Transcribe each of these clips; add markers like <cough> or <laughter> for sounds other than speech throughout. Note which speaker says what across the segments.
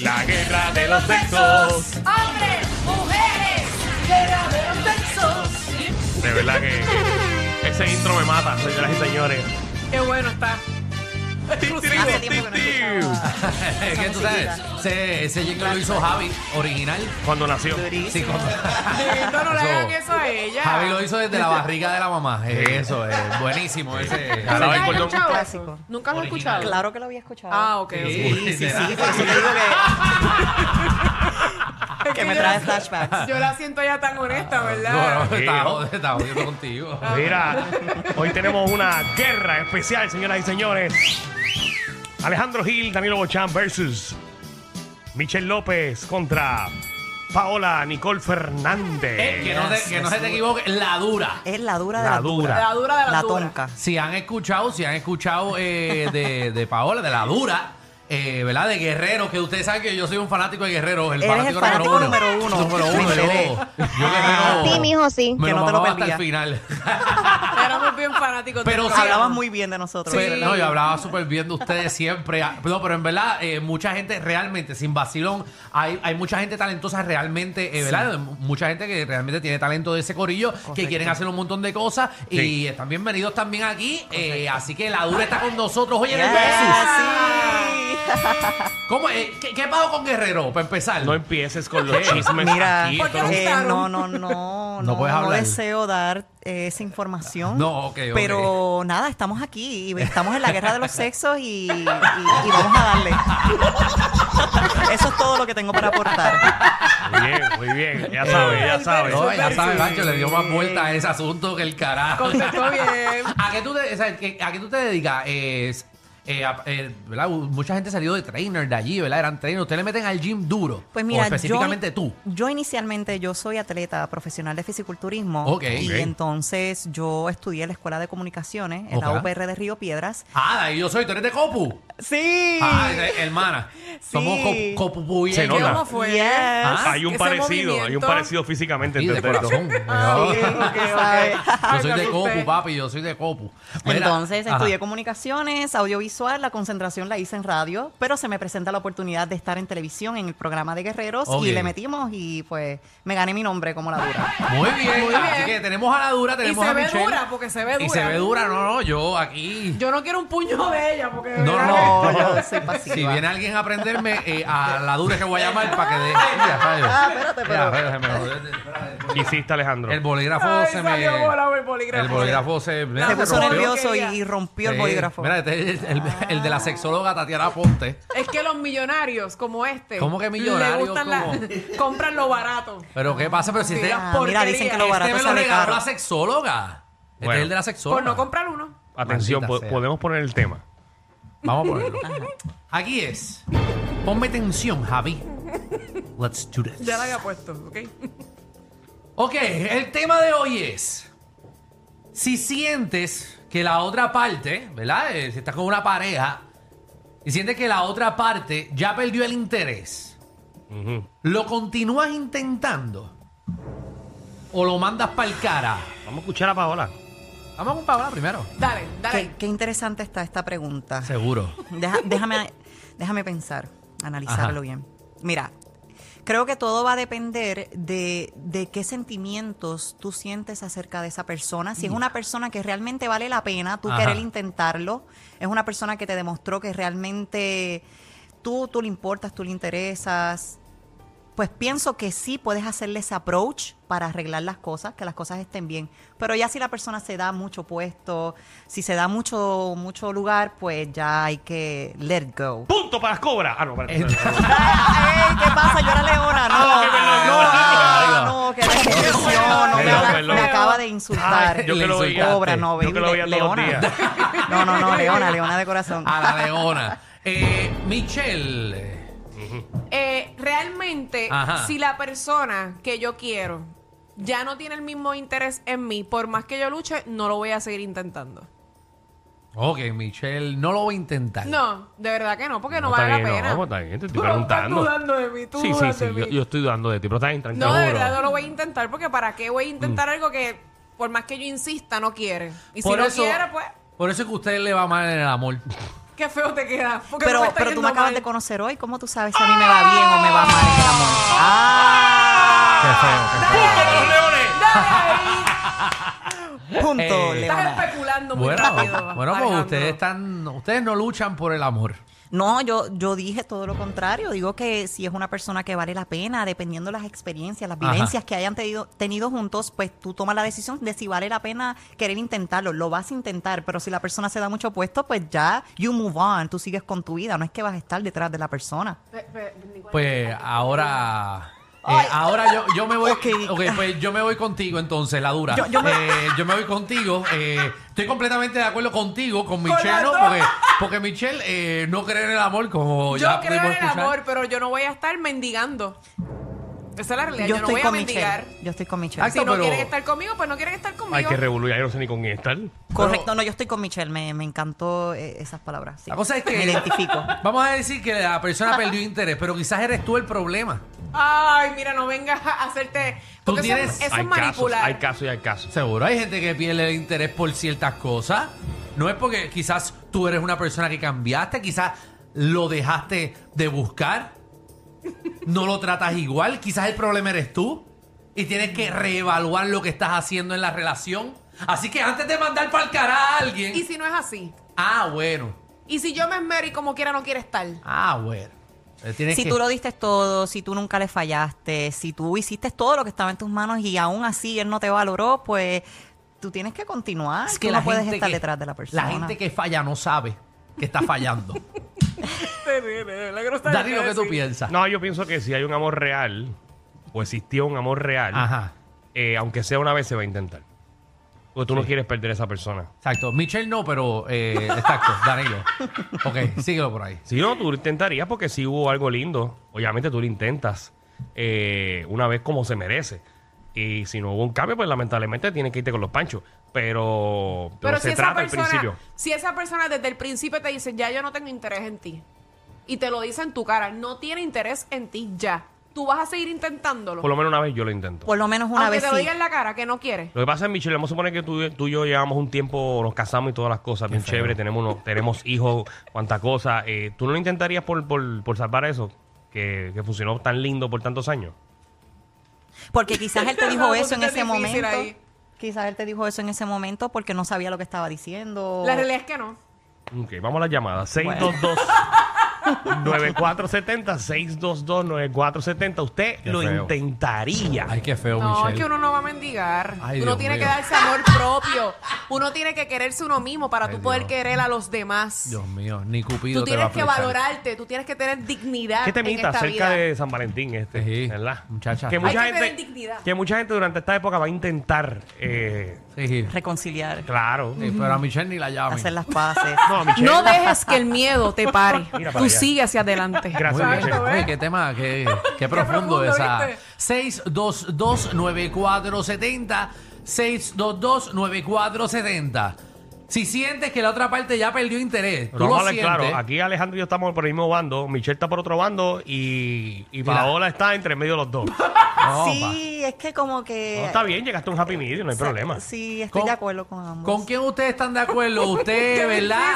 Speaker 1: La guerra de los sexos.
Speaker 2: Hombres, mujeres, guerra de los sexos.
Speaker 1: De verdad que ese intro me mata, señoras y señores.
Speaker 2: Qué bueno está.
Speaker 3: Hace tiempo que no escuchaba.
Speaker 4: Es que tú sabes, ese, ese jingle lo hizo Javi, original.
Speaker 1: Cuando nació.
Speaker 4: Sí, cuando-
Speaker 2: Eh, No, no le hagan
Speaker 4: Eso-
Speaker 2: eso a ella.
Speaker 4: Javi lo hizo desde la barriga de la mamá. Eh, Eso, es buenísimo ese.
Speaker 1: A la
Speaker 2: ¿Nunca
Speaker 1: vez
Speaker 2: has
Speaker 1: cordón.
Speaker 2: escuchado
Speaker 3: Clásico.
Speaker 2: eso? ¿Nunca lo has
Speaker 4: Original.
Speaker 2: escuchado?
Speaker 3: Claro que lo había escuchado.
Speaker 2: Ah, ok. ok.
Speaker 4: Sí, sí, sí.
Speaker 3: Por eso te digo
Speaker 2: <laughs>
Speaker 3: que,
Speaker 2: Es
Speaker 3: que me
Speaker 2: yo-
Speaker 3: trae
Speaker 2: <laughs>
Speaker 3: flashbacks.
Speaker 2: Yo la siento ya tan honesta,
Speaker 4: No,
Speaker 2: ¿verdad?
Speaker 4: Ah, no, está jod- está jodiendo contigo.
Speaker 1: Mira, hoy tenemos una guerra especial, señoras y señores. Alejandro Gil, Danilo Bochán versus Michelle López contra Paola Nicole Fernández.
Speaker 4: Eh, que no, te- que no se te equivoque, la dura.
Speaker 3: Es la dura de
Speaker 1: La
Speaker 3: la,
Speaker 1: dura.
Speaker 2: La dura de la,
Speaker 3: la
Speaker 2: dura.
Speaker 3: tonca.
Speaker 4: Si han escuchado, si han escuchado eh, de, de Paola, de la dura, eh, ¿verdad? De Guerrero, que ustedes saben que yo soy un fanático de Guerrero. El
Speaker 3: Eres
Speaker 4: fanático,
Speaker 3: el fanático número uno.
Speaker 4: Número uno,
Speaker 3: Sí,
Speaker 4: yo.
Speaker 3: sí.
Speaker 4: yo Guerrero.
Speaker 5: Sí, mijo, sí.
Speaker 4: Me
Speaker 3: Que
Speaker 4: lo
Speaker 3: no te lo
Speaker 4: mamaba hasta el
Speaker 3: perdías.
Speaker 4: final.
Speaker 2: Éramos bien fanáticos.
Speaker 4: Pero
Speaker 2: del
Speaker 4: sí,
Speaker 2: programa.
Speaker 3: Hablabas muy bien de nosotros.
Speaker 4: Pero, no, yo hablaba súper bien de ustedes siempre. Ah, No, pero en verdad, eh, mucha gente realmente, sin vacilón, hay, hay mucha gente talentosa realmente, eh, ¿verdad? M- Mucha gente que realmente tiene talento de ese corillo, que quieren hacer un montón de cosas
Speaker 1: Sí.
Speaker 4: y están bienvenidos también aquí. eh, así que la dura está con nosotros. Oye, en el
Speaker 3: Yes,
Speaker 4: versus.
Speaker 3: sí.
Speaker 4: ¿Cómo, eh, ¿qué, qué pasó con Guerrero, para empezar?
Speaker 1: No empieces con los
Speaker 4: Pues
Speaker 1: chismes
Speaker 3: Mira,
Speaker 1: aquí.
Speaker 2: ¿Por qué
Speaker 1: esto no-
Speaker 2: lo
Speaker 3: eh,
Speaker 2: quitaron?
Speaker 3: no, no,
Speaker 4: <laughs>
Speaker 3: no, no,
Speaker 4: puedes hablar.
Speaker 3: deseo dar eh, esa información.
Speaker 4: No, ok, ok.
Speaker 3: Pero nada, estamos aquí y estamos en la guerra de los sexos y, y- y vamos a darle. <laughs> Eso es todo lo que tengo para aportar.
Speaker 1: Muy bien, muy bien. Ya sabes, ya sabes.
Speaker 4: No, ya sabes, Nacho, le dio más vuelta a ese asunto que el carajo.
Speaker 2: Contestó bien.
Speaker 4: <laughs> ¿A qué tú te, o sea, que- a qué tú te dedicas? Eh, es- eh, a- eh, ¿verdad? U- Mucha gente salió de trainer de allí, ¿verdad? Eran trainers. Ustedes le meten al gym duro.
Speaker 3: Pues mira,
Speaker 4: o específicamente
Speaker 3: yo,
Speaker 4: tú.
Speaker 3: Yo inicialmente, yo soy atleta profesional de fisiculturismo.
Speaker 4: Ok.
Speaker 3: Y
Speaker 4: Ok.
Speaker 3: entonces yo estudié en la Escuela de Comunicaciones en la
Speaker 4: Ojalá.
Speaker 3: UPR de Río Piedras.
Speaker 4: Ah, de ahí yo soy. Tú eres de Copu.
Speaker 3: ¡Sí!
Speaker 4: Ah, de- hermana. Somos
Speaker 3: Sí.
Speaker 4: Copu. copupuyenses.
Speaker 1: Se
Speaker 2: ¿Qué
Speaker 1: nota.
Speaker 2: cómo fue?
Speaker 3: Yes.
Speaker 4: Ah,
Speaker 1: Hay un
Speaker 2: Ese
Speaker 1: parecido, hay un
Speaker 2: movimiento.
Speaker 1: parecido físicamente
Speaker 4: Sí, de
Speaker 1: entre ustedes dos.
Speaker 4: corazón.
Speaker 3: <laughs> Sí,
Speaker 4: Yo-
Speaker 3: ok, ok.
Speaker 4: Yo soy de
Speaker 2: Ay, me
Speaker 4: Copu,
Speaker 2: asusté.
Speaker 4: papi. Yo soy de Copu. Mira,
Speaker 3: Entonces
Speaker 4: ajá.
Speaker 3: estudié comunicaciones, audiovisual, la concentración la hice en radio, pero se me presenta la oportunidad de estar en televisión en el programa de Guerreros
Speaker 4: Ok.
Speaker 3: y le metimos y pues me gané mi nombre como la dura.
Speaker 4: Muy bien.
Speaker 2: Muy
Speaker 4: Así
Speaker 2: bien.
Speaker 4: que tenemos a la dura,
Speaker 2: Y
Speaker 4: tenemos
Speaker 2: se
Speaker 4: a
Speaker 2: ve
Speaker 4: Michelle.
Speaker 2: dura, porque se ve dura.
Speaker 4: Y se ve dura. No, no, yo aquí.
Speaker 2: Yo no quiero un puño de ella, porque. de
Speaker 4: No,
Speaker 3: Ah.
Speaker 2: verdad
Speaker 4: no.
Speaker 3: No, yo soy pasiva.
Speaker 4: Si viene alguien a aprenderme, eh, a la dura que voy a llamar para que deje. <laughs> Ya, rayos.
Speaker 3: Ah, espérate,
Speaker 4: Ya,
Speaker 3: pero-
Speaker 4: espérate, me jodió el- espérate.
Speaker 1: Hiciste, Alejandro.
Speaker 4: El bolígrafo
Speaker 2: Ay,
Speaker 4: se me.
Speaker 2: salió volado el bolígrafo.
Speaker 4: el bolígrafo se. mira,
Speaker 3: Se
Speaker 2: Se
Speaker 3: puso
Speaker 2: rompió.
Speaker 3: nervioso y, y rompió el
Speaker 4: Sí,
Speaker 3: bolígrafo.
Speaker 4: Mira, este es el, el- el de la sexóloga Tatiana Ponte.
Speaker 2: Es que los millonarios como este.
Speaker 4: ¿Cómo que millonarios
Speaker 2: Le gustan la- compran lo barato.
Speaker 4: Pero qué pasa, pero si este,
Speaker 2: Mira,
Speaker 3: Ah, mira, dicen que lo
Speaker 4: este
Speaker 3: barato
Speaker 4: me lo
Speaker 3: sale
Speaker 4: regaló
Speaker 3: caro.
Speaker 4: la sexóloga. Este
Speaker 1: Bueno.
Speaker 4: es el de la
Speaker 2: Por
Speaker 4: sexóloga.
Speaker 2: no comprar uno.
Speaker 1: Atención,
Speaker 4: Maldita
Speaker 1: po-
Speaker 4: sea.
Speaker 1: podemos poner el tema.
Speaker 4: Vamos a ponerlo. Aquí es. Ponme tensión, Javi. Let's do this.
Speaker 2: Ya la había puesto, ¿ok?
Speaker 4: Ok, el tema de hoy es. Si sientes que la otra parte, ¿verdad? Eh, Si estás con una pareja y sientes que la otra parte ya perdió el interés, ¿lo continúas intentando? ¿O lo mandas para el cara?
Speaker 1: Vamos a escuchar a Paola.
Speaker 4: Vamos con Paola primero.
Speaker 2: Dale, dale.
Speaker 3: Qué, qué interesante está esta pregunta.
Speaker 4: Seguro.
Speaker 3: Deja- déjame, déjame pensar, analizarlo
Speaker 4: Ajá.
Speaker 3: bien. Mira, creo que todo va a depender de, de qué sentimientos tú sientes acerca de esa persona. Si es una persona que realmente vale la pena, tú
Speaker 4: Mm. Ajá.
Speaker 3: querer intentarlo. Es una persona que te demostró que realmente tú, tú le importas, tú le interesas. Pues pienso que sí puedes hacerle ese approach para arreglar las cosas, que las cosas estén bien. Pero ya si la persona se da mucho puesto, si se da mucho, mucho lugar, pues ya hay que let
Speaker 1: <laughs>
Speaker 3: go.
Speaker 1: Punto para las cobras. Ah, no, espérate, espérate, espérate.
Speaker 3: ¡Ey! ¿Qué pasa? Yo era leona. No,
Speaker 1: Ah, ok, perdón,
Speaker 3: no,
Speaker 1: perdón,
Speaker 3: ah,
Speaker 4: perdón.
Speaker 3: no, que la excepción, no, me,
Speaker 1: Perdón,
Speaker 3: haga-
Speaker 1: perdón.
Speaker 3: me acaba de insultar.
Speaker 1: Ay, yo que lo
Speaker 4: Le
Speaker 1: veía.
Speaker 4: insultaste.
Speaker 3: Cobra, no,
Speaker 1: Yo
Speaker 3: baby,
Speaker 1: que lo veía
Speaker 3: le-
Speaker 1: todos los
Speaker 3: leona.
Speaker 1: días. Ah.
Speaker 3: No, no, no, leona, leona de corazón.
Speaker 4: A la leona. Eh, Michelle.
Speaker 2: Eh, realmente,
Speaker 4: Ajá.
Speaker 2: si la persona que yo quiero ya no tiene el mismo interés en mí, por más que yo luche, no lo voy a seguir intentando.
Speaker 4: Ok, Michelle, no lo voy a intentar.
Speaker 2: No, de verdad que no, porque <laughs> no,
Speaker 1: No,
Speaker 2: vale
Speaker 1: está
Speaker 2: la
Speaker 1: bien,
Speaker 2: pena.
Speaker 1: no, está bien, te estoy
Speaker 2: Tú no estás
Speaker 1: preguntando.
Speaker 2: dudando de mí, tú
Speaker 1: Sí, sí,
Speaker 2: dudas
Speaker 1: sí.
Speaker 2: de
Speaker 1: Yo,
Speaker 2: mí.
Speaker 1: yo estoy dudando de ti, pero estás bien, tranquilo.
Speaker 2: No, de
Speaker 1: seguro.
Speaker 2: verdad no lo voy a intentar porque para qué
Speaker 1: Mm.
Speaker 2: voy a intentar algo que por más que yo insista no quiere. Y si no quiere, pues
Speaker 4: Por eso es que a usted le va mal en el amor.
Speaker 2: Qué feo te queda. Porque
Speaker 3: Pero,
Speaker 2: me está
Speaker 3: pero tú
Speaker 2: yendo
Speaker 3: me acabas
Speaker 2: mal.
Speaker 3: de conocer hoy. ¿Cómo tú sabes si a mí me va bien o me va mal en el amor? ¡Ah!
Speaker 1: ¡Punto para los leones!
Speaker 4: Qué
Speaker 2: Dale
Speaker 3: Punto,
Speaker 4: Eh,
Speaker 2: ahí. Estás
Speaker 3: Leona.
Speaker 2: especulando muy
Speaker 4: Bueno,
Speaker 2: rápido.
Speaker 4: <laughs> bueno pues
Speaker 2: Alejandro.
Speaker 4: ustedes están, ustedes no luchan por el amor.
Speaker 3: No, yo, yo dije todo lo contrario. Digo que si es una persona que vale la pena, dependiendo de las experiencias, las
Speaker 4: Ajá.
Speaker 3: vivencias que hayan tenido, tenido juntos, pues tú tomas la decisión de si vale la pena querer intentarlo. Lo vas a intentar, pero si la persona se da mucho puesto, pues ya, you move on, tú sigues con tu vida. No es que vas a estar detrás de la persona.
Speaker 2: Pe- pe- Nicolás,
Speaker 4: Pues ahora. eh,
Speaker 3: Ay.
Speaker 4: ahora yo, yo me voy.
Speaker 3: Ok.
Speaker 4: ok, pues yo me voy contigo entonces, la dura.
Speaker 3: Yo- yo me-
Speaker 4: Eh, yo me voy contigo. eh, estoy completamente de acuerdo contigo, con Michelle,
Speaker 2: las
Speaker 4: ¿no?
Speaker 2: dos.
Speaker 4: Porque, porque Michelle eh, no cree en el amor como
Speaker 2: Yo
Speaker 4: ya
Speaker 2: creo en
Speaker 4: pudimos
Speaker 2: el
Speaker 4: escuchar.
Speaker 2: amor, pero yo no voy a estar mendigando. Esa es la realidad. Yo,
Speaker 3: Yo
Speaker 2: no
Speaker 3: estoy
Speaker 2: voy a
Speaker 3: con
Speaker 2: mendigar. Ah,
Speaker 3: Michelle. Yo estoy con Michelle.
Speaker 4: Exacto,
Speaker 2: Si no
Speaker 4: pero-
Speaker 2: quieren estar conmigo, pues no quieren estar conmigo.
Speaker 1: Hay que revolucionar, yo no sé ni con quién estar.
Speaker 3: Correcto, no, yo estoy con Michelle. Me, me encantó eh, esas palabras. sí.
Speaker 4: La cosa es que.
Speaker 3: Me
Speaker 4: <laughs>
Speaker 3: identifico.
Speaker 4: Vamos a decir que la persona perdió interés, pero quizás eres tú el problema.
Speaker 2: Ay, mira, no vengas a hacerte. Porque eso,
Speaker 4: tienes-
Speaker 2: eso
Speaker 1: hay
Speaker 2: es
Speaker 1: casos,
Speaker 2: manipular.
Speaker 1: hay casos y hay casos.
Speaker 4: Seguro, hay gente que pierde el interés por ciertas cosas. No es porque quizás tú eres una persona que cambiaste, quizás lo dejaste de buscar, no lo tratas igual, quizás el problema eres tú y tienes que reevaluar lo que estás haciendo en la relación. Así que antes de mandar para el cara a alguien...
Speaker 2: Y si no es así.
Speaker 4: Ah, bueno.
Speaker 2: Y si yo me esmero y como quiera no quiere estar.
Speaker 4: Ah, bueno. Eh, tienes
Speaker 3: Si
Speaker 4: que-
Speaker 3: tú lo diste todo, si tú nunca le fallaste, si tú hiciste todo lo que estaba en tus manos y aún así él no te valoró, pues tú tienes que continuar.
Speaker 4: Es
Speaker 3: tú no puedes
Speaker 4: gente
Speaker 3: estar
Speaker 4: que-
Speaker 3: detrás de la persona.
Speaker 4: La gente que falla no sabe que
Speaker 3: <laughs>
Speaker 4: está fallando. Dani, lo que tú piensas.
Speaker 1: No, yo pienso que si hay un amor real, o existió un amor real,
Speaker 4: Ajá.
Speaker 1: eh, aunque sea una vez se va a intentar. Porque tú no quieres perder a esa persona.
Speaker 4: Exacto. Michelle no, pero eh,
Speaker 2: <laughs>
Speaker 4: exacto, Danilo. Ok, síguelo por ahí.
Speaker 1: Si no, tú lo intentarías porque si hubo algo lindo, obviamente tú lo intentas eh, una vez como se merece. Y si no hubo un cambio, pues lamentablemente tienes que irte con los panchos. Pero, pero
Speaker 2: Pero
Speaker 1: se
Speaker 2: si esa,
Speaker 1: trata al
Speaker 2: persona,
Speaker 1: principio.
Speaker 2: si esa persona desde el principio te dice, ya yo no tengo interés en ti, y te lo dice en tu cara, no tiene interés en ti ya, tú vas a seguir intentándolo.
Speaker 1: Por lo menos una vez yo lo intento.
Speaker 3: Por lo menos una
Speaker 2: Aunque
Speaker 3: vez
Speaker 2: te lo
Speaker 3: sí.
Speaker 2: diga en la cara que no quiere.
Speaker 1: Lo que pasa es, Michelle, vamos a suponer que tú, tú y yo llevamos un tiempo, nos casamos y todas las cosas, bien chévere, tenemos, unos- tenemos hijos, cuánta cosa. Eh, ¿Tú no lo intentarías por, por, por salvar eso? Que, que funcionó tan lindo por tantos años.
Speaker 3: Porque quizás él te
Speaker 2: <laughs>
Speaker 3: dijo
Speaker 2: Vamos,
Speaker 3: eso en
Speaker 2: está
Speaker 3: ese
Speaker 2: difícil
Speaker 3: momento.
Speaker 2: ahí.
Speaker 3: Quizás él te dijo eso en ese momento porque no sabía lo que estaba diciendo.
Speaker 2: La realidad es que no.
Speaker 1: Ok, vamos a la llamada. 622 9470 622 9470 Usted
Speaker 4: Qué
Speaker 1: lo
Speaker 4: feo.
Speaker 1: intentaría.
Speaker 4: Ay, qué feo,
Speaker 2: No, es
Speaker 4: Oh, Michelle.
Speaker 2: que uno no va a mendigar.
Speaker 4: Ay,
Speaker 2: uno
Speaker 4: Dios
Speaker 2: tiene
Speaker 4: mío.
Speaker 2: que darse amor
Speaker 4: <laughs>
Speaker 2: propio. Uno tiene que quererse uno mismo para
Speaker 4: Ay,
Speaker 2: tú
Speaker 4: Dios.
Speaker 2: poder querer a los demás.
Speaker 4: Dios mío, ni Cupido
Speaker 2: Tú
Speaker 4: te va a
Speaker 2: tienes que
Speaker 4: flechar.
Speaker 2: valorarte, tú tienes que tener dignidad
Speaker 1: ¿Qué te
Speaker 2: en
Speaker 1: mienta
Speaker 2: esta
Speaker 1: acerca
Speaker 2: vida.
Speaker 1: de San Valentín este?
Speaker 4: Sí,
Speaker 1: ¿Verdad?
Speaker 4: muchacha.
Speaker 1: Que
Speaker 4: Hay
Speaker 1: mucha
Speaker 2: que tener
Speaker 1: gente,
Speaker 2: dignidad.
Speaker 1: que mucha gente durante esta época va a intentar, eh,
Speaker 4: Sí, sí.
Speaker 3: Reconciliar,
Speaker 1: claro.
Speaker 4: Sí, pero a Michelle ni la llamen.
Speaker 3: hacer las paces.
Speaker 1: No, Michelle.
Speaker 2: No dejes que el miedo te
Speaker 4: <laughs>
Speaker 2: pare.
Speaker 1: Mira para
Speaker 2: Tú
Speaker 1: allá.
Speaker 2: sigue hacia adelante.
Speaker 1: Gracias.
Speaker 4: Muy bien.
Speaker 1: Michelle.
Speaker 4: Oye, qué tema,
Speaker 2: <laughs>
Speaker 4: qué, qué profundo,
Speaker 2: profundo,
Speaker 4: esa.
Speaker 2: ¿viste?
Speaker 4: 622-9470. 622-9470. Si sientes que la otra parte ya perdió interés, tú
Speaker 1: Pero vamos a
Speaker 4: lo
Speaker 1: hablar
Speaker 4: sientes.
Speaker 1: claro, aquí Alejandro y yo estamos por el mismo bando, Michelle está por otro bando y, y
Speaker 4: Mira.
Speaker 1: Paola está entre medio de los dos.
Speaker 4: <laughs> No, pa.
Speaker 3: sí, es que como que.
Speaker 1: No, está bien, llegaste a un happy medium, no hay problema.
Speaker 3: Sí, estoy
Speaker 4: Con-
Speaker 3: de acuerdo con ambos.
Speaker 4: ¿Con quién ustedes están
Speaker 2: <laughs>
Speaker 4: de acuerdo? Usted, ¿verdad?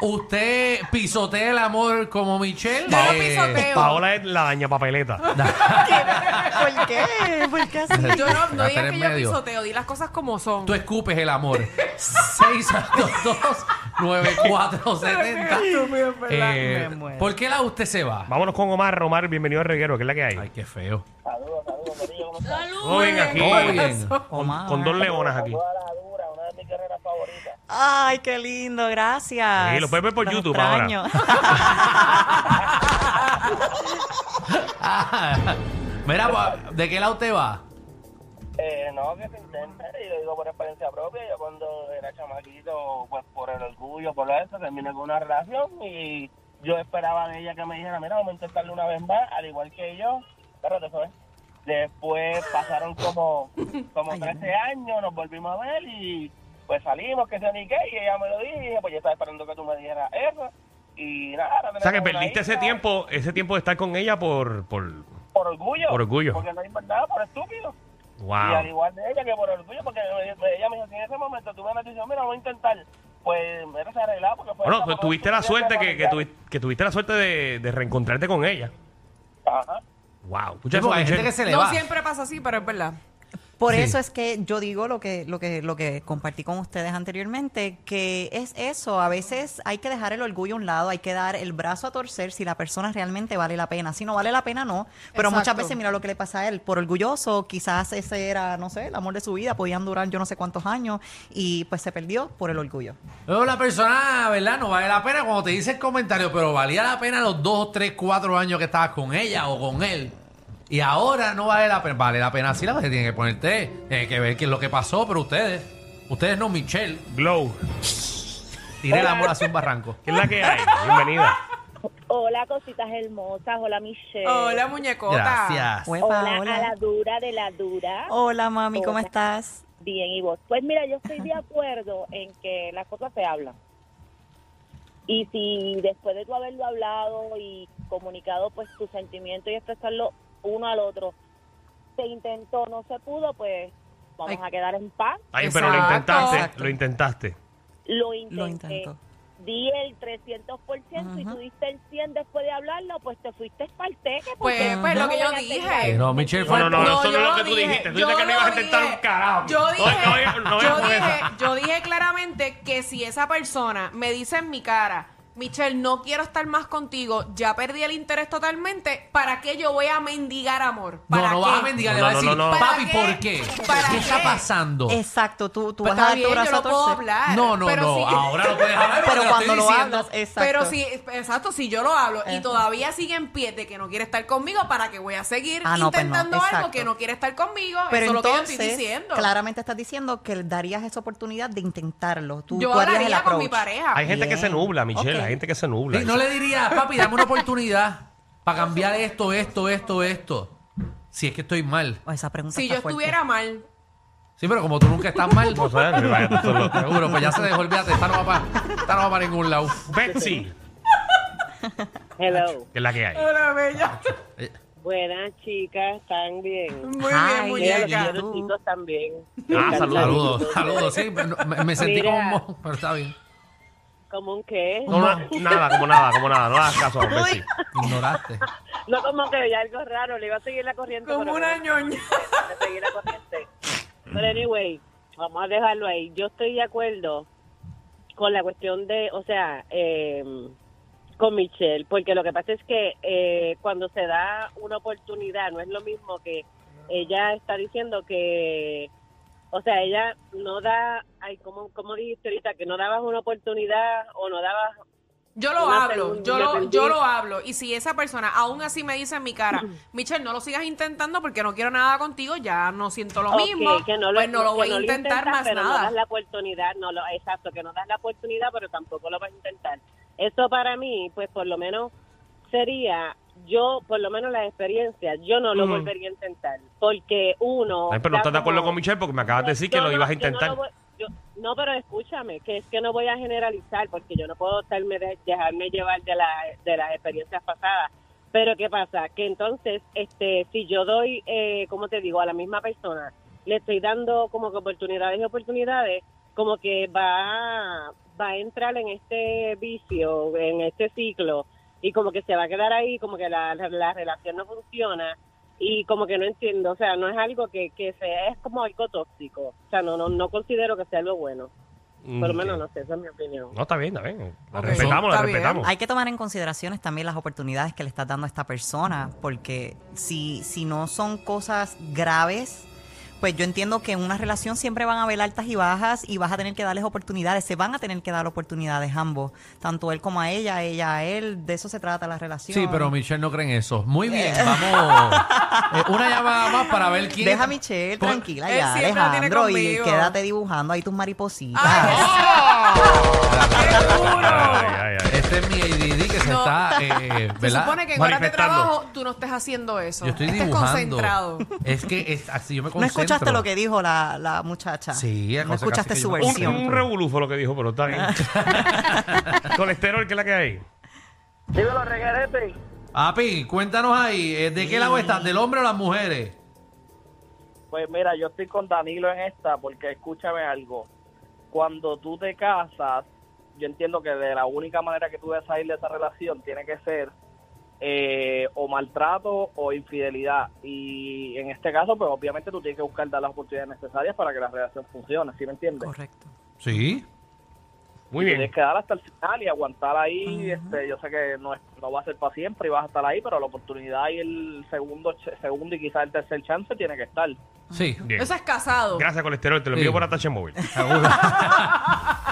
Speaker 4: Usted pisotea el amor como Michelle.
Speaker 2: Yo lo
Speaker 4: Eh,
Speaker 2: pisoteo.
Speaker 1: Paola es la daña papeleta.
Speaker 3: ¿Por qué? ¿Por qué
Speaker 4: <laughs>
Speaker 3: así?
Speaker 2: <laughs> Yo no, no
Speaker 4: La
Speaker 2: digas
Speaker 4: tres
Speaker 2: que yo
Speaker 4: medio.
Speaker 2: pisoteo, di las cosas como son.
Speaker 4: Tú escupes el amor.
Speaker 2: <laughs>
Speaker 4: 622-9470. Eh,
Speaker 3: Me muero.
Speaker 4: ¿Por qué la usted se va?
Speaker 1: Vámonos con Omar, Omar, bienvenido al reguero, que es la que hay.
Speaker 4: Ay, qué feo.
Speaker 5: Saludos, saludos, Corillo, ¿cómo están?
Speaker 1: Todo bien aquí.
Speaker 4: Todo bien.
Speaker 3: Omar.
Speaker 1: Con dos leonas aquí.
Speaker 5: Toda la dura, una de mis carreras favoritas.
Speaker 3: Ay, qué lindo, gracias.
Speaker 1: Sí, lo puedes ver por
Speaker 3: Los
Speaker 1: YouTube <laughs>
Speaker 3: extraño.
Speaker 4: Ah, <laughs> Mira, pa- ¿de qué lado te va?
Speaker 5: Eh, no, que se intenta, y lo digo por experiencia propia. Yo cuando era chamaquito, pues por el orgullo, por eso, terminé con una relación y yo esperaba de ella que me dijera, mira, vamos a intentarlo una vez más, al igual que yo. Pero te fue. Después pasaron como, como 13 años, nos volvimos a ver y pues salimos, que se ni qué, y ella me lo dijo, y dije, pues yo estaba esperando que tú me dijeras eso. Y nada, ahora
Speaker 1: O sea que
Speaker 5: tenemos una
Speaker 1: perdiste ese
Speaker 5: hija.
Speaker 1: tiempo, ese tiempo de estar con ella por, por
Speaker 5: Por orgullo.
Speaker 1: Por orgullo.
Speaker 5: Porque no hay más nada, por estúpido. Y al
Speaker 1: wow.
Speaker 5: igual de ella que por orgullo, porque me- me- ella me dijo, si en ese momento tú me dicho, mira, voy a intentar.
Speaker 6: pues mira, se arreglaba porque fue...
Speaker 1: Bueno,
Speaker 6: esa
Speaker 1: tú
Speaker 6: fue
Speaker 1: tuviste la
Speaker 6: una
Speaker 1: suerte que, que,
Speaker 6: oportunidad.
Speaker 1: tuvi- que tuviste la suerte de, de reencontrarte con ella.
Speaker 6: Ajá.
Speaker 1: Wow. Escucha
Speaker 4: Sí,
Speaker 1: eso,
Speaker 4: porque hay
Speaker 1: Michelle.
Speaker 4: gente que se le
Speaker 2: No
Speaker 4: va.
Speaker 2: siempre pasa así, pero es verdad.
Speaker 3: Por
Speaker 4: Sí.
Speaker 3: eso es que yo digo lo que, lo que, lo que compartí con ustedes anteriormente, que es eso, a veces hay que dejar el orgullo a un lado, hay que dar el brazo a torcer si la persona realmente vale la pena. Si no vale la pena, no. Pero muchas
Speaker 2: Exacto.
Speaker 3: veces mira lo que le pasa a él, por orgulloso, quizás ese era, no sé, el amor de su vida, podían durar yo no sé cuántos años y pues se perdió por el orgullo.
Speaker 4: Luego la persona, ¿verdad? No vale la pena cuando te dice el comentario, pero valía la pena los dos, tres, cuatro años que estabas con ella o con él. Y ahora no vale la pena. Vale la pena, sí, la verdad, tiene que ponerte, tiene que ver qué es lo que pasó, pero ustedes, ustedes no, Michelle,
Speaker 1: Glow,
Speaker 4: tiré el amor hacia un barranco.
Speaker 1: ¿qué es la que hay? Bienvenida.
Speaker 5: Hola, cositas hermosas. Hola, Michelle.
Speaker 2: Hola, muñecota.
Speaker 4: Gracias.
Speaker 3: Uepa,
Speaker 5: Hola, a
Speaker 3: hola.
Speaker 5: la dura de la dura.
Speaker 2: Oh.
Speaker 3: Hola, mami, ¿cómo
Speaker 5: Hola.
Speaker 3: estás?
Speaker 5: Bien, y vos. Pues mira, yo estoy de acuerdo en que las cosas se hablan. Y si después de tú haberlo hablado y comunicado pues tus sentimientos y expresarlo uno al otro, se intentó, no se pudo, pues vamos
Speaker 2: Ay.
Speaker 5: a quedar en paz.
Speaker 1: Ay, pero lo
Speaker 2: Exacto.
Speaker 1: intentaste,
Speaker 3: Exacto.
Speaker 1: lo intentaste.
Speaker 5: Lo intenté.
Speaker 3: Lo intento.
Speaker 5: Di el 300% y
Speaker 3: Ujú.
Speaker 5: tú diste el 100% después de hablarlo, pues te fuiste esparteque.
Speaker 2: Pues, pues lo que yo dije.
Speaker 4: Eh, no, Michelle,
Speaker 1: No,
Speaker 4: fue
Speaker 1: no, no,
Speaker 2: No,
Speaker 1: eso no
Speaker 2: Pues, yo
Speaker 1: es lo
Speaker 2: lo
Speaker 1: que tú
Speaker 2: dije,
Speaker 1: dijiste. Tú
Speaker 2: yo
Speaker 1: dijiste que no
Speaker 2: lo
Speaker 1: ibas a intentar
Speaker 2: dije.
Speaker 1: un carajo.
Speaker 2: Yo
Speaker 1: No, no
Speaker 2: dije,
Speaker 1: vengas- no vengas
Speaker 2: yo,
Speaker 1: con
Speaker 2: dije,
Speaker 1: esa.
Speaker 2: yo dije claramente que si esa persona me dice en mi cara, Michelle, no quiero estar más contigo, ya perdí el interés totalmente, ¿para qué yo voy a mendigar amor?
Speaker 4: No,
Speaker 2: ¿Para
Speaker 4: no
Speaker 2: qué?
Speaker 4: vas a mendigar, le
Speaker 1: No,
Speaker 4: vas
Speaker 1: no,
Speaker 4: a decir,
Speaker 1: no, no.
Speaker 4: papi,
Speaker 2: ¿Para
Speaker 4: ¿por
Speaker 2: qué?
Speaker 4: qué?
Speaker 2: ¿Para
Speaker 4: ¿Qué está
Speaker 2: qué?
Speaker 4: pasando?
Speaker 3: Exacto, tú, tú
Speaker 2: Pues
Speaker 3: vas a
Speaker 2: está
Speaker 3: dar
Speaker 2: bien, yo
Speaker 3: tu brazo a
Speaker 2: lo puedo
Speaker 3: torcer.
Speaker 2: hablar.
Speaker 4: No, no,
Speaker 2: pero
Speaker 4: no,
Speaker 2: si- <laughs>
Speaker 4: ahora lo puedes hablar,
Speaker 3: Pero
Speaker 4: te lo
Speaker 3: cuando
Speaker 4: estoy
Speaker 3: lo
Speaker 4: diciendo.
Speaker 3: hablas, exacto.
Speaker 2: Pero si, exacto, si yo lo hablo y
Speaker 3: Ajá.
Speaker 2: todavía sigue en pie de que no quiere estar conmigo, ¿para qué voy a seguir
Speaker 3: Ah, no, pues no,
Speaker 2: intentando algo
Speaker 3: exacto.
Speaker 2: que no quiere estar conmigo?
Speaker 3: Pero
Speaker 2: Eso es lo que yo
Speaker 3: entonces,
Speaker 2: estoy diciendo.
Speaker 3: claramente estás diciendo que darías esa oportunidad de intentarlo. Tú,
Speaker 2: yo
Speaker 3: tú harías el
Speaker 2: hablaría con mi
Speaker 3: approach.
Speaker 2: pareja.
Speaker 1: Hay gente que se
Speaker 3: Bien.
Speaker 1: nubla, Michelle.
Speaker 3: Ok.
Speaker 1: Hay gente que se nubla.
Speaker 4: Sí, no le diría, papi, dame una oportunidad para cambiar esto, esto, esto, esto. Si es que estoy mal.
Speaker 3: Oh, Esa pregunta
Speaker 2: Si
Speaker 3: está
Speaker 2: yo
Speaker 3: fuerte.
Speaker 2: estuviera mal,
Speaker 4: Sí, pero como tú nunca estás mal,
Speaker 1: <laughs> No sé, me vaya, tú solo-
Speaker 4: seguro, pues ya se dejó, olvídate, esta no va para, esta no va para ningún lado.
Speaker 1: Betsy,
Speaker 5: Hello.
Speaker 1: que es la que hay.
Speaker 2: Hola, bella.
Speaker 4: Eh,
Speaker 5: Buenas chicas, están bien.
Speaker 2: Muy bien,
Speaker 3: Ay,
Speaker 5: Mira, los
Speaker 2: muñeca.
Speaker 3: Mira,
Speaker 5: quiero, chicos, también.
Speaker 1: Ah, saludos.
Speaker 4: Saludos, saludos, sí, me, me- me sentí como un mojo, pero está bien.
Speaker 5: ¿Cómo un qué?
Speaker 1: No, no, nada, como nada, como nada. No hagas caso, Betsy.
Speaker 4: Ignoraste.
Speaker 5: No, como que veía algo raro, le iba a seguir la corriente.
Speaker 2: Como
Speaker 5: pero
Speaker 2: una
Speaker 5: no,
Speaker 2: ñoña.
Speaker 5: le seguí la corriente. este. Pero anyway, vamos a dejarlo ahí. Yo estoy de acuerdo con la cuestión de, o sea, eh, con Michelle, porque lo que pasa es que eh, cuando se da una oportunidad, no es lo mismo que ella está diciendo que, o sea, ella no da, ay, ¿cómo, cómo dijiste ahorita? Que no dabas una oportunidad o no dabas
Speaker 2: Yo lo
Speaker 5: Una
Speaker 2: hablo,
Speaker 5: segunda,
Speaker 2: yo lo,
Speaker 5: entendí.
Speaker 2: yo lo hablo. Y si esa persona aún así me dice en mi
Speaker 3: <clears throat>
Speaker 2: cara, Michelle, no lo sigas intentando porque no quiero nada contigo, ya no siento lo
Speaker 5: Ok,
Speaker 2: mismo,
Speaker 5: que no lo,
Speaker 2: pues no lo
Speaker 5: que
Speaker 2: voy a
Speaker 5: no lo
Speaker 2: intentar
Speaker 5: intentas,
Speaker 2: más
Speaker 5: pero No
Speaker 2: nada.
Speaker 5: das la oportunidad, no lo, exacto, que no das la oportunidad, pero tampoco lo vas a intentar. Eso para mí, pues por lo menos sería, yo, por lo menos las experiencias, yo no lo
Speaker 2: Mm.
Speaker 1: Ujú.
Speaker 5: volvería a intentar, porque uno...
Speaker 1: Ay, pero no
Speaker 5: da
Speaker 1: estás de acuerdo
Speaker 5: como-
Speaker 1: con Michelle porque me acabas de decir que
Speaker 5: yo
Speaker 1: lo
Speaker 5: no-
Speaker 1: ibas a
Speaker 5: yo no lo
Speaker 1: intentar.
Speaker 5: voy- yo- No, pero escúchame, que es que no voy a generalizar porque yo no puedo estarme de- dejarme llevar de, la, de las experiencias pasadas. Pero ¿qué pasa? Que entonces, este, si yo doy, eh, ¿cómo te digo? A la misma persona, le estoy dando como que oportunidades y oportunidades, como que va, va a entrar en este vicio, en este ciclo, y como que se va a quedar ahí, como que la, la- la relación no funciona, y como que no entiendo, o sea, no es algo que, que sea, es como algo tóxico, o sea, no, no, no considero que sea algo bueno, por lo
Speaker 1: Mm,
Speaker 5: menos no sé, esa es mi opinión.
Speaker 1: No, está bien, está bien. La
Speaker 2: Ok.
Speaker 1: respetamos, la
Speaker 2: Está bien.
Speaker 1: respetamos.
Speaker 3: Hay que tomar en consideraciones también las oportunidades que le estás dando a esta persona, porque si, si no son cosas graves, pues yo entiendo que en una relación siempre van a haber altas y bajas y vas a tener que darles oportunidades, se van a tener que dar oportunidades ambos, tanto él como a ella, ella a él, de eso se trata la relación.
Speaker 4: Sí, pero Michelle no cree en eso. Muy bien, vamos.
Speaker 2: <laughs>
Speaker 4: eh, una llamada más para ver quién.
Speaker 3: Deja a Michelle
Speaker 4: Pon-
Speaker 3: tranquila
Speaker 2: Él
Speaker 3: ya,
Speaker 2: siempre la tiene
Speaker 3: Alejandro, y
Speaker 2: conmigo.
Speaker 3: quédate dibujando ahí tus maripositas.
Speaker 2: Ay,
Speaker 1: Ay, ay, ay.
Speaker 4: Este es mi ADD que se
Speaker 2: No.
Speaker 4: está. eh,
Speaker 2: Se
Speaker 4: ¿verdad?
Speaker 2: supone que en horas de
Speaker 1: Manifestando.
Speaker 2: trabajo tú no estés haciendo eso.
Speaker 4: Yo estoy
Speaker 2: estés
Speaker 4: dibujando.
Speaker 2: concentrado.
Speaker 4: Es que es, así yo me
Speaker 3: ¿No
Speaker 4: concentro.
Speaker 3: escuchaste lo que dijo la, la muchacha?
Speaker 4: Sí, la
Speaker 3: no
Speaker 4: cosa
Speaker 3: escuchaste
Speaker 4: casi que
Speaker 3: su
Speaker 4: yo-
Speaker 1: Un,
Speaker 3: versión.
Speaker 1: un revolufo lo que dijo, pero está bien. Colesterol, que es la que hay?
Speaker 6: Dímelo, reguerete.
Speaker 4: Api, cuéntanos ahí, eh, ¿de qué lado estás? ¿Del hombre o las mujeres?
Speaker 6: Pues mira, yo estoy con Danilo en esta porque escúchame algo.
Speaker 5: cuando tú te casas, yo entiendo que de la única manera que tú debes salir de esa relación tiene que ser eh, o maltrato o infidelidad. Y en este caso, pues obviamente tú tienes que buscar dar las oportunidades necesarias para que la relación funcione, ¿sí me entiendes?
Speaker 3: Correcto.
Speaker 4: Sí.
Speaker 1: Muy
Speaker 5: Tienes
Speaker 1: bien.
Speaker 5: que dar hasta el final y aguantar ahí. este, yo sé que no, es- no va a ser para siempre y vas a estar ahí, pero la oportunidad y el segundo, ch- segundo y quizás el tercer chance tiene que estar.
Speaker 4: Sí. <laughs>
Speaker 1: Bien.
Speaker 2: Eso es casado.
Speaker 1: Gracias, colesterol. Te lo
Speaker 4: Sí.
Speaker 1: envío por Atache Móvil.
Speaker 4: Seguro.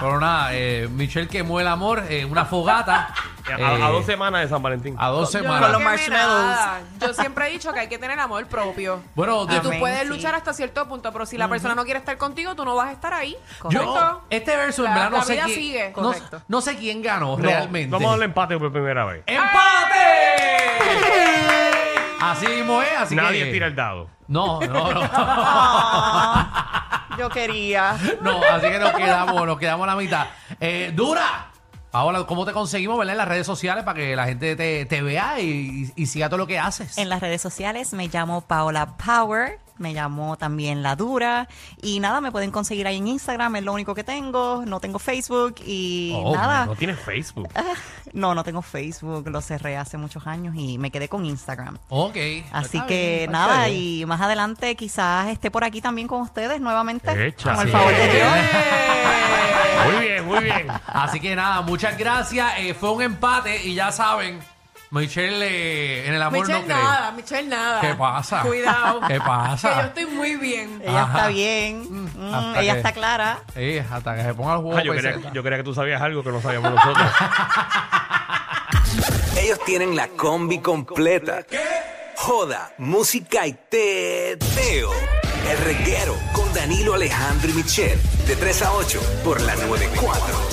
Speaker 4: Pero nada, eh, Michelle quemó el amor en una fogata.
Speaker 1: <laughs> A,
Speaker 4: eh, Ah,
Speaker 1: a dos semanas de San Valentín.
Speaker 4: A dos
Speaker 2: Yo no
Speaker 4: semanas.
Speaker 3: Con los
Speaker 2: quemé
Speaker 3: marshmallows.
Speaker 2: nada. Yo siempre he dicho que hay que tener amor propio.
Speaker 4: Bueno,
Speaker 2: Y
Speaker 4: de-
Speaker 2: tú
Speaker 3: Amén,
Speaker 2: puedes
Speaker 3: sí.
Speaker 2: luchar hasta cierto punto, pero si la persona no quiere estar contigo, tú no vas a estar ahí.
Speaker 4: yo, este verso en
Speaker 2: La-
Speaker 4: verdad no
Speaker 2: la
Speaker 4: sé
Speaker 2: vida
Speaker 4: quién.
Speaker 2: sigue.
Speaker 4: No,
Speaker 3: Correcto.
Speaker 4: no sé quién ganó
Speaker 1: No,
Speaker 4: realmente.
Speaker 1: Vamos a darle empate por primera vez.
Speaker 4: ¡Empate! Así mismo es, así que.
Speaker 1: Nadie tira el dado.
Speaker 4: No, no, no.
Speaker 2: <laughs>
Speaker 3: Yo quería.
Speaker 4: <laughs> No, así que nos quedamos, nos quedamos a la mitad. Eh, Dura, ahora, ¿cómo te conseguimos, verdad? En las redes sociales para que la gente te, te vea y, y siga todo lo que haces.
Speaker 3: En las redes sociales me llamo Paola Power, me llamo también La Dura y nada, me pueden conseguir ahí en Instagram, es lo único que tengo, no tengo Facebook y
Speaker 4: Oh,
Speaker 3: nada.
Speaker 1: No tienes Facebook.
Speaker 3: No, no tengo Facebook, lo cerré hace muchos años y me quedé con Instagram.
Speaker 4: Ok.
Speaker 3: Así
Speaker 4: Pues Está
Speaker 3: que
Speaker 4: bien, pues está
Speaker 3: nada,
Speaker 4: bien.
Speaker 3: y más adelante quizás esté por aquí también con ustedes nuevamente.
Speaker 1: Hecha.
Speaker 3: Con el
Speaker 1: Sí.
Speaker 3: favor de Dios.
Speaker 1: Muy bien, muy bien.
Speaker 4: <laughs> Así que nada, muchas gracias. Eh, fue un empate y ya saben, Michelle eh, en el amor
Speaker 2: Michelle
Speaker 4: no cree.
Speaker 2: nada, Michelle nada.
Speaker 4: ¿Qué pasa?
Speaker 2: Cuidado.
Speaker 4: ¿Qué pasa?
Speaker 2: Que yo estoy muy bien.
Speaker 3: Ella
Speaker 4: Ajá.
Speaker 3: está bien,
Speaker 4: Mm,
Speaker 3: mm,
Speaker 4: hasta
Speaker 3: ella
Speaker 4: que-
Speaker 3: está clara.
Speaker 4: Eh, hasta que se ponga el juego.
Speaker 1: Ah, yo,
Speaker 4: pues,
Speaker 1: quería,
Speaker 4: eh,
Speaker 1: yo quería que tú sabías algo que no sabíamos nosotros.
Speaker 7: Ellos tienen la combi completa. Joda, música y teo. El reguero con Danilo Alejandro y Michel. De 3 a 8 por la 94.